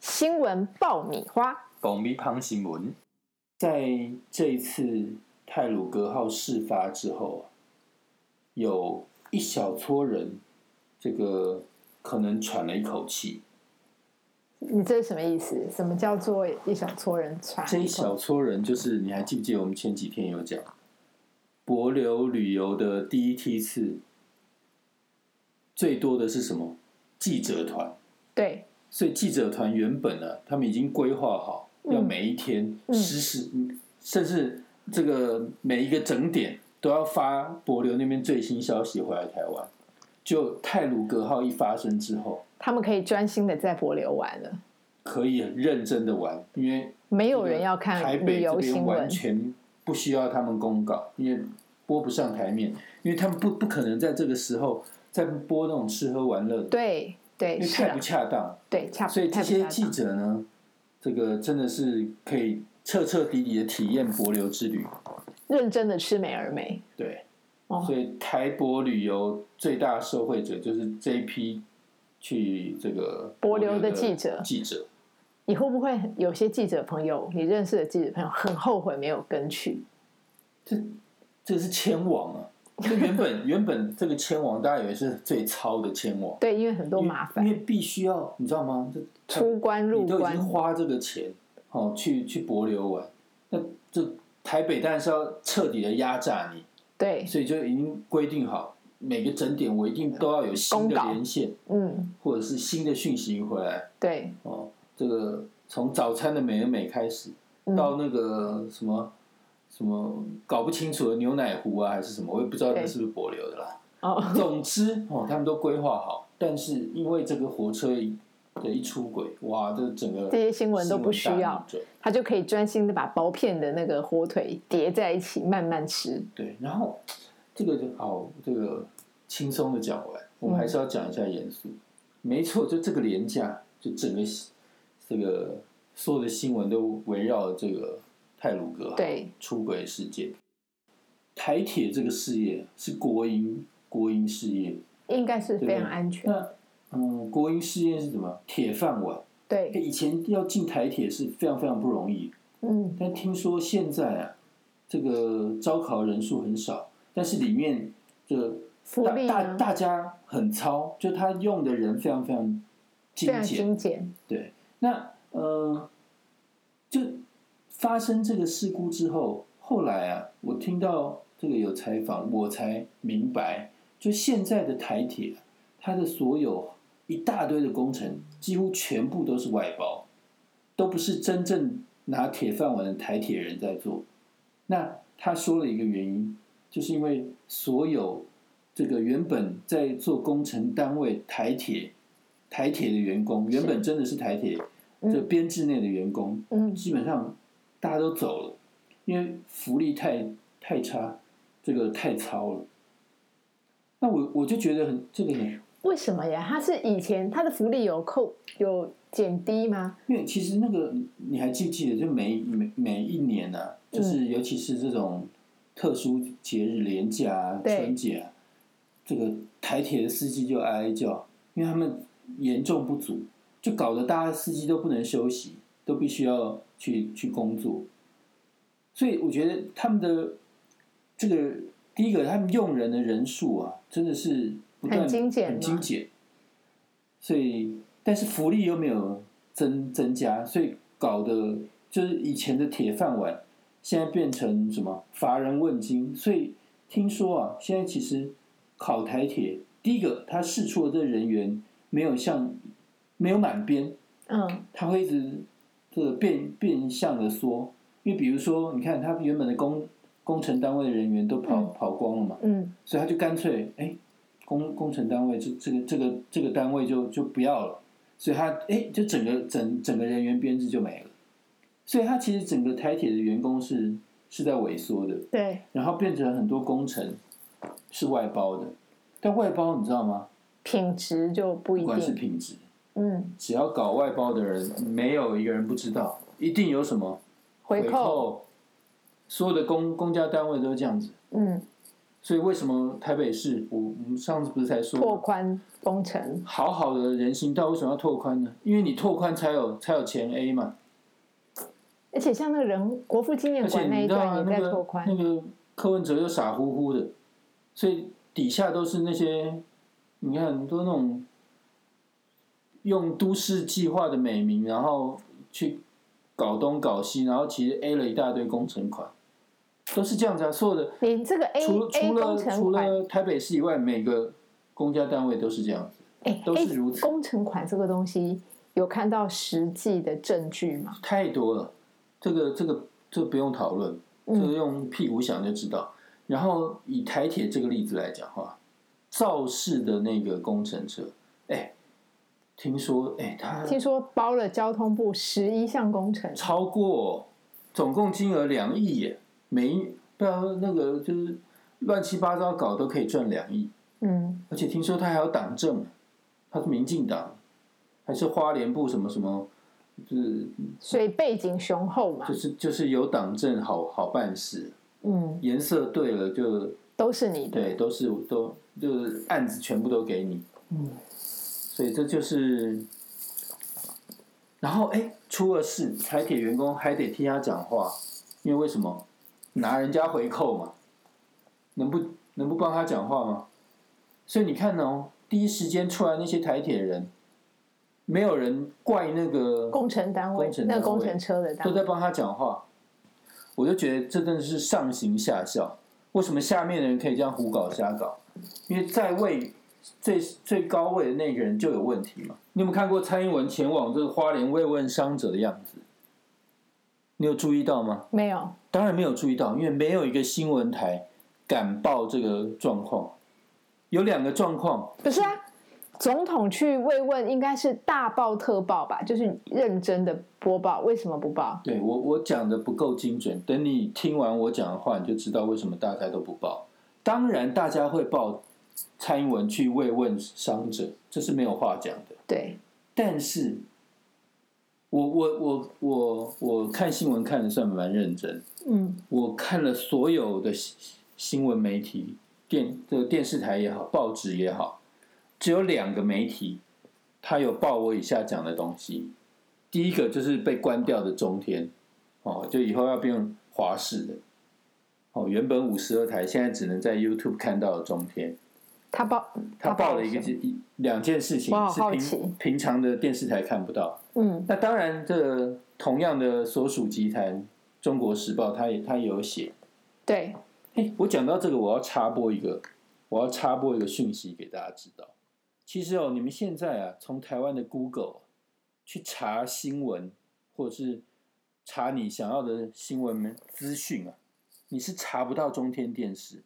新闻爆米花。拱米胖新闻，在这一次泰鲁格号事发之后啊，有一小撮人，这个可能喘了一口气。你这是什么意思？什么叫做一小撮人传？这一小撮人就是，你还记不记得我们前几天有讲，博流旅游的第一梯次，最多的是什么？记者团。对，所以记者团原本呢、他们已经规划好，要嗯每一天嗯实时，甚至这个每一个整点都要发博流那边最新消息回来台湾。就泰鲁格号一发生之后，他们可以专心的在柏流玩了，可以很认真的玩，因为没有人要看台旅北这游边新完闻。全不需要他们公告，因为播不上台面，因为他们不不可能在这个时候再播那种吃喝玩乐的，对对因为是太啊不，恰当了。对，恰所以这太不些恰记当者呢，这个真的是可以彻彻底底的体验博流之旅。认真的吃美而美。对，哦所以台博旅游最大受惠者就是这一批去这个博流的的记者记者你会不会有些记者朋友，你认识的记者朋友很后悔没有跟去？这这是千王啊！这 原本原本这个千王，大家以为是最糙的千王，对，因为很多麻因烦，为因为必须要你知道吗？这出关入你都已经关，花这个钱哦，去去博流玩，那这台北当然是要彻底的压榨你。对，所以就已经规定好，每个整点我一定都要有新的公告连线，嗯，或者是新的讯息回来对，哦。这个从早餐的美而美开始，嗯到那个什么什么搞不清楚的牛奶壶啊，还是什么，我也不知道那对是不是柏流的啦。哦， 总之哦，他们都规划好，但是因为这个火车一的一出轨，哇，这整个这些新闻都不需新闻大要逆转他就可以专心的把薄片的那个火腿叠在一起慢慢吃。对，然后这个就好，这个轻松的讲完，我们还是要讲一下严肃。没错，就这个廉价，就整个新这个所有的新闻都围绕这个泰鲁格号对出轨事件。台铁这个事业是国营国营事业，应该是对不非对常安全。那嗯，国营事业是什么？铁饭碗。对，以前要进台铁是非常非常不容易的嗯，但听说现在啊，这个招考人数很少，但是里面这福大利大呢大家很糙，就他用的人非常非常非精常简。精简。对，那呃，就发生这个事故之后，后来啊，我听到这个有采访，我才明白，就现在的台铁啊，它的所有一大堆的工程，几乎全部都是外包，都不是真正拿铁饭碗的台铁人在做。那他说了一个原因，就是因为所有这个原本在做工程单位台铁台铁的员工，原本真的是台铁嗯这编制内的员工，嗯，基本上大家都走了，因为福利太太差，这个太糙了。那我我就觉得很这个很，为什么呀？他是以前他的福利有扣有减低吗？因为其实那个你还记不记得，就每每每一年啊，就是尤其是这种特殊节日连假啊、对春节啊，这个台铁的司机就哀哀叫，因为他们严重不足，就搞得大家司机都不能休息，都必须要去去工作。所以我觉得他们的这个第一个，他们用人的人数啊，真的是不断很精简啊很吗精简。所以，但是福利又没有增增加，所以搞得就是以前的铁饭碗，现在变成什么乏人问津。所以听说啊，现在其实考台铁，第一个他试出的这人员没有像没有满编，嗯，它会一直这个变变相的缩，因为比如说，你看它原本的工工程单位的人员都跑、嗯跑光了嘛，嗯，所以他就干脆哎、工工程单位这这个这个这个单位就就不要了，所以他哎、就整个整整个人员编制就没了，所以它其实整个台铁的员工是是在萎缩的，对，然后变成很多工程是外包的，但外包你知道吗？品质就不不一管是定。品质，嗯，只要搞外包的人，没有一个人不知道，一定有什么回扣，扣。所有的公公家单位都这样子，嗯，所以为什么台北市，我我们上次不是才说拓吗宽工程，好好的人行道为什么要拓宽呢？因为你拓宽才有才有钱 A 嘛，而且像那个人国父纪念而且馆那你一知道段啊也那在个拓宽，那个柯文哲又傻乎乎的，所以底下都是那些你看很多那种用都市计划的美名，然后去搞东搞西，然后其实 A 了一大堆工程款，都是这样子啊，所有的你这个 A 除 A 除工了程除款，了台北市以外，每个公家单位都是这样子。哎都是 A 如此工程款这个东西有看到实际的证据吗？太多了，这个这个这个不用讨论，这嗯个用屁股想就知道。然后以台铁这个例子来讲话，造势的那个工程车，哎，听说哎，它听说包了交通部十一项工程，超过总共金额两亿耶，每一不要那个就是乱七八糟搞都可以赚两亿，嗯，而且听说他还有党政，他是民进党，还是花莲部什么什么，就是所以背景雄厚嘛就，是就是有党政好好办事。嗯，颜色对了就都是你的，对，都是都就是案子全部都给你，嗯，所以这就是。然后哎，出了事，台铁员工还得替他讲话，因为为什么拿人家回扣嘛？能不能不帮他讲话吗？所以你看哦，第一时间出来那些台铁人，没有人怪那个工程单位工程单那位个工程车的单都位，在帮他讲话，我就觉得这真的是上行下效。为什么下面的人可以这样胡搞瞎搞？因为在位最最高位的那个人就有问题嘛。你有没有看过蔡英文前往这个花莲慰问伤者的样子？你有注意到吗？没有，当然没有注意到，因为没有一个新闻台敢报这个状况。有两个状况，不是啊。总统去慰问应该是大报特报吧，就是认真的播报，为什么不报？对我我讲的不够精准，等你听完我讲的话，你就知道为什么大家都不报。当然，大家会报蔡英文去慰问伤者，这是没有话讲的。对，但是，我我我我我看新闻看的算蛮认真，嗯，我看了所有的新新闻媒体、电这个电视台也好，报纸也好，只有两个媒体，它有报我以下讲的东西。第一个就是被关掉的中天，哦，就以后要变华视的，哦，原本五十二台，现在只能在 YouTube 看到的中天，他报它报了一个什么一两件事情我好是好奇平平常的电视台看不到，嗯那当然，这同样的所属集团《中国时报》，它也它也有写。对，哎，我讲到这个，我要插播一个，我要插播一个讯息给大家知道。其实哦，你们现在啊，从台湾的 Google 去查新闻，或者是查你想要的新闻资讯啊，你是查不到中天电视，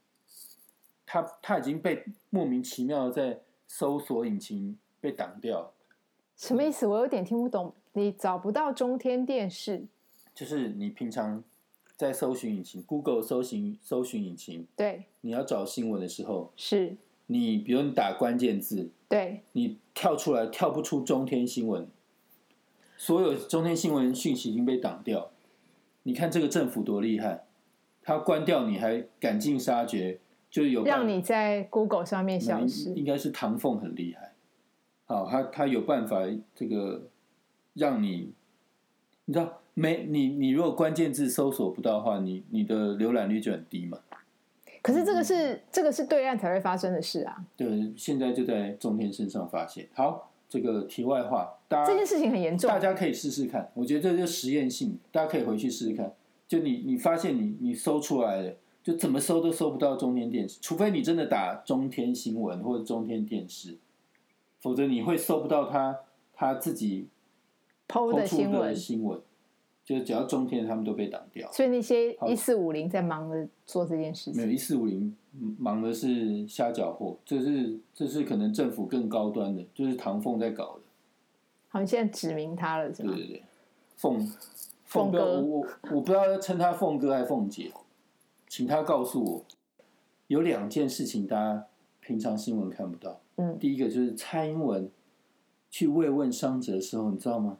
它它已经被莫名其妙地在搜索引擎被挡掉了。什么意思？我有点听不懂。你找不到中天电视，就是你平常在搜寻引擎 Google 搜寻搜寻引擎，对，你要找新闻的时候，是，你比如你打关键字，对，你跳出来跳不出中天新闻，所有中天新闻讯息已经被挡掉。你看这个政府多厉害，他关掉你还赶尽杀绝，就是有办让你在 Google 上面消应失。应该是唐凤很厉害，好，他他有办法这个让你，你知道没？你你如果关键字搜索不到的话，你你的浏览率就很低嘛。可是这个是这个是对岸才会发生的事啊，对，现在就在中天身上发现。好，这个题外话，大这家件事情很严重啊大。家可以试试看，我觉得这就是实验性，大家可以回去试试看。就你你发现你你搜出来了，就怎么搜都搜不到中天电视，除非你真的打中天新闻或者中天电视，否则你会搜不到他他自己偷抛的出新的闻，新闻。就只要中天他们都被挡掉，所以那些好一四五零在忙着做这件事没有情。一四五零忙的是瞎搅和，这是这是可能政府更高端的，就是唐凤在搞的。好，你现在指明他了是对吗？对对，凤凤哥，哥我我我不知道要称他凤哥还是凤姐，哦请他告诉我，有两件事情大家平常新闻看不到。嗯，第一个就是蔡英文去慰问伤者的时候，你知道吗？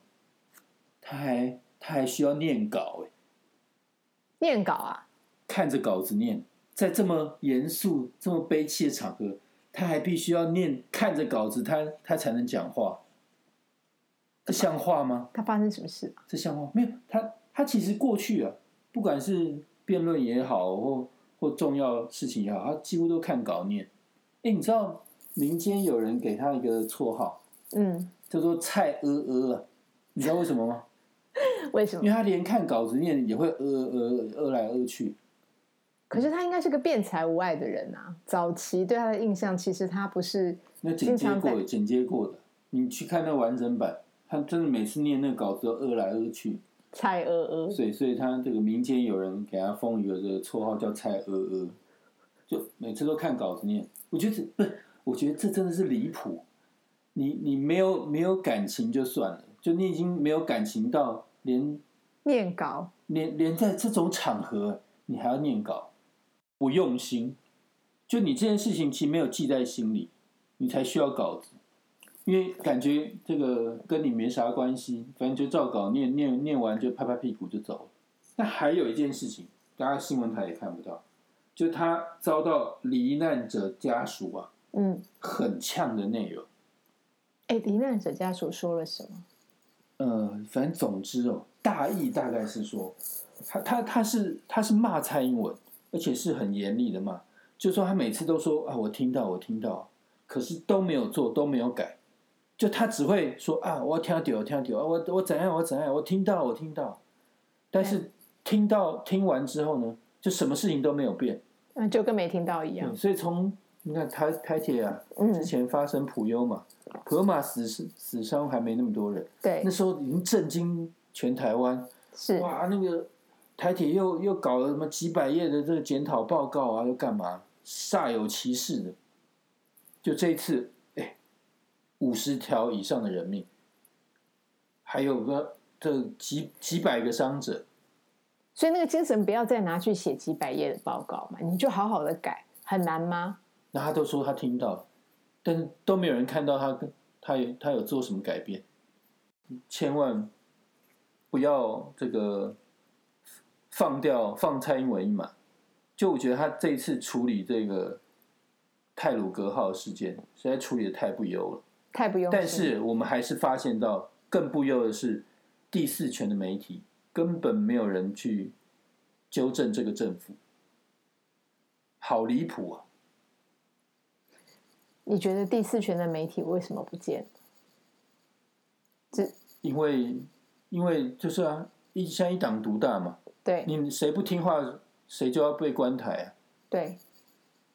他还他还需要念稿哎，念稿啊，看着稿子念，在这么严肃、这么悲戚的场合，他还必须要念看着稿子，他他才能讲话，这像话吗？他发生什么事？啊这像话没有？他他其实过去啊，不管是辩论也好，或或重要事情也好，他几乎都看稿念。哎，你知道民间有人给他一个绰号嗯，叫做“蔡呃呃”啊，你知道为什么吗？为什因么？为他连看稿子念也会呃呃呃来呃去。可是他应该是个辩才无碍的人啊。早期对他的印象，其实他不是那剪接经过常的，剪接过的，你去看那完整版，他真的每次念那稿子都呃来呃去，蔡呃呃，所以所以他这个民间有人给他封一个这个绰号叫蔡呃呃，就每次都看稿子念。我觉得这不是，我觉得这真的是离谱。你你没有没有感情就算了，就你已经没有感情到连念稿。连连在这种场合，你还要念稿，不用心，就你这件事情其实没有记在心里，你才需要稿子，因为感觉这个跟你没啥关系，反正就照稿念念念完就拍拍屁股就走了。那还有一件事情，大家新闻台也看不到，就他遭到罹难者家属啊嗯，很呛的内容。哎，罹难者家属说了什么？呃，反正总之哦，大意大概是说，他他他是他是骂蔡英文，而且是很严厉的骂，就说他每次都说啊，我听到我听到，可是都没有做，都没有改，就他只会说啊，我听到我听到啊，我我怎样我怎样，我听到我听到，但是听到听完之后呢，就什么事情都没有变，嗯，就跟没听到一样嗯。所以从你看台台铁啊，嗯之前发生普悠玛，普悠玛死死伤还没那么多人。对那，时候已经震惊全台湾，是哇，那个台铁又又搞了什么几百页的这个检讨报告啊，又干嘛？煞有其事的。就这一次，哎，五十条以上的人命，还有个这几几百个伤者，所以那个精神不要再拿去写几百页的报告嘛，你就好好的改，很难吗？那他都说他听到，但是都没有人看到他跟他有他有做什么改变。千万不要这个放掉放蔡英文一马。就我觉得他这一次处理这个泰鲁格号事件，实在处理的太不优了。太不用心。但是我们还是发现到更不优的是第四权的媒体根本没有人去纠正这个政府，好离谱啊！你觉得第四权的媒体为什么不见？这因为因为就是啊，一现在一党独大嘛，对你谁不听话，谁就要被关台啊。对，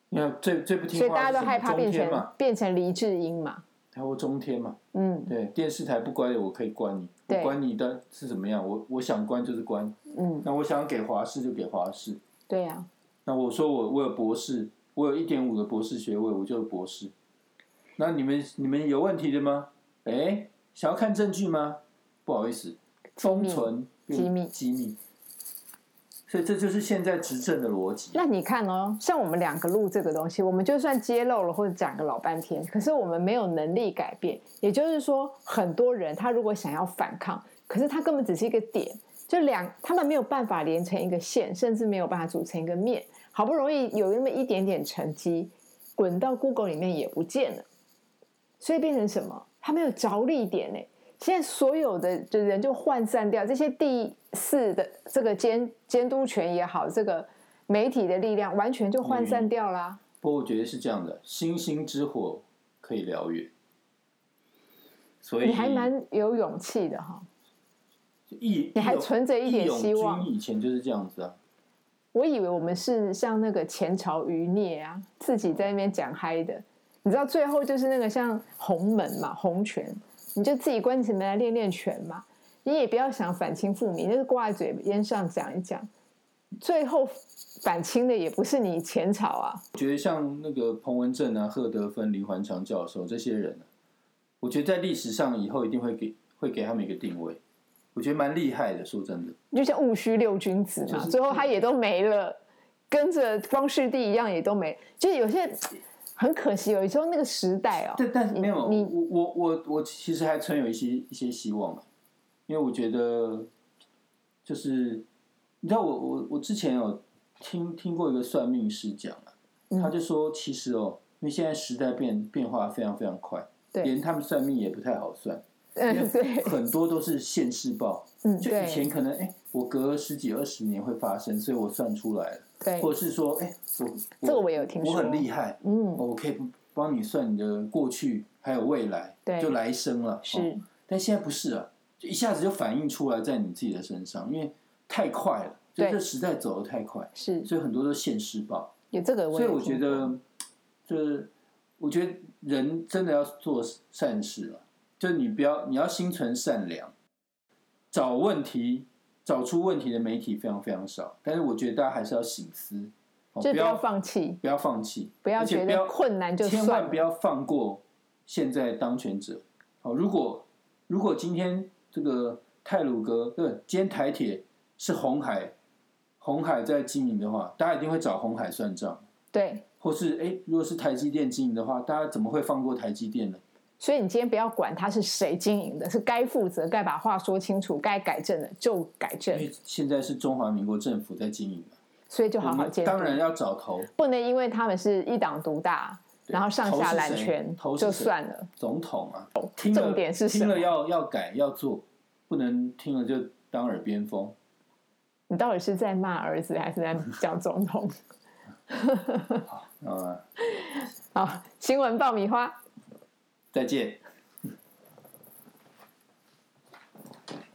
你看最最不听所以话大家是都什么害怕变中天嘛成，变成黎智英嘛。还有中天嘛，嗯对，电视台不关我可以关你，对我关你的是怎么样？我我想关就是关，嗯，那我想给华视就给华视，对啊呀、那我说我我有博士，我有一点五个博士学位，我就是博士。那你们你们有问题的吗？哎，想要看证据吗？不好意思，封存机密机密。所以这就是现在执政的逻辑。那你看哦，像我们两个录这个东西，我们就算揭露了或者讲个老半天，可是我们没有能力改变。也就是说，很多人他如果想要反抗，可是他根本只是一个点，就两他们没有办法连成一个线，甚至没有办法组成一个面。好不容易有那么一点点成绩，滚到 Google 里面也不见了，所以变成什么？他没有着力点呢、现在所有的就人就涣散掉，这些第四的这个监监督权也好，这个媒体的力量完全就涣散掉啦、不过我觉得是这样的，星星之火可以燎原。所以你还蛮有勇气的哈。义，你还存着一点希望义勇军以前就是这样子啊，我以为我们是像那个前朝余孽啊，自己在那边讲嗨的。你知道最后就是那个像洪门嘛，洪拳，你就自己关起门来练练拳嘛。你也不要想反清复明，就是挂在嘴边上讲一讲。最后反清的也不是你前朝啊，我觉得像那个彭文正啊、贺德芬、林环强教授这些人、啊，我觉得在历史上以后一定会给会给他们一个定位，我觉得蛮厉害的。说真的，就像戊戌六君子嘛，就是最后他也都没了，跟着光绪帝一样也都没。就是有些很可惜，有时候那个时代哦，但但是没有，你我我我我其实还存有一些一些希望、啊，因为我觉得就是你知道我我我之前有听听过一个算命师讲啊，嗯他就说其实哦，因为现在时代变变化非常非常快，对连他们算命也不太好算，因嗯，为对，很多都是现世报。嗯，就以前对，可能哎，我隔十几二十年会发生，所以我算出来了，对，或者是说哎，我这个我有听我说，很厉害，嗯，我可以帮你算你的过去还有未来，对就来生了。哦是，但现在不是啊，就一下子就反映出来在你自己的身上，因为太快了，就对这时代走得太快，是所以很多都现世报。有这个，所以有我觉听过得，就是我觉得人真的要做善事了、就你不要你要心存善良，找问题。找出问题的媒体非常非常少，但是我觉得大家还是要醒思，哦、就是不不要要放弃，不要放弃，不要而且觉不得要困难就千算万不了，要放过现在当权者。好，如果如果今天这个泰鲁格，对，今天台铁是红海，红海在经营的话，大家一定会找红海算账，对。或是哎，如果是台积电经营的话，大家怎么会放过台积电呢？所以你今天不要管他是谁经营的，是该负责、该把话说清楚、该改正的就改因正，为现在是中华民国政府在经营嘛，所以就好我好们监督。当然要找头，不能因为他们是一党独大，对然后上下揽权头是谁就算了。总统啊，听了哦重点是什么听了要要改要做，不能听了就当耳边风。你到底是在骂儿子，还是在讲总统？ 啊，好，新闻爆米花。 再见。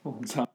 我们唱。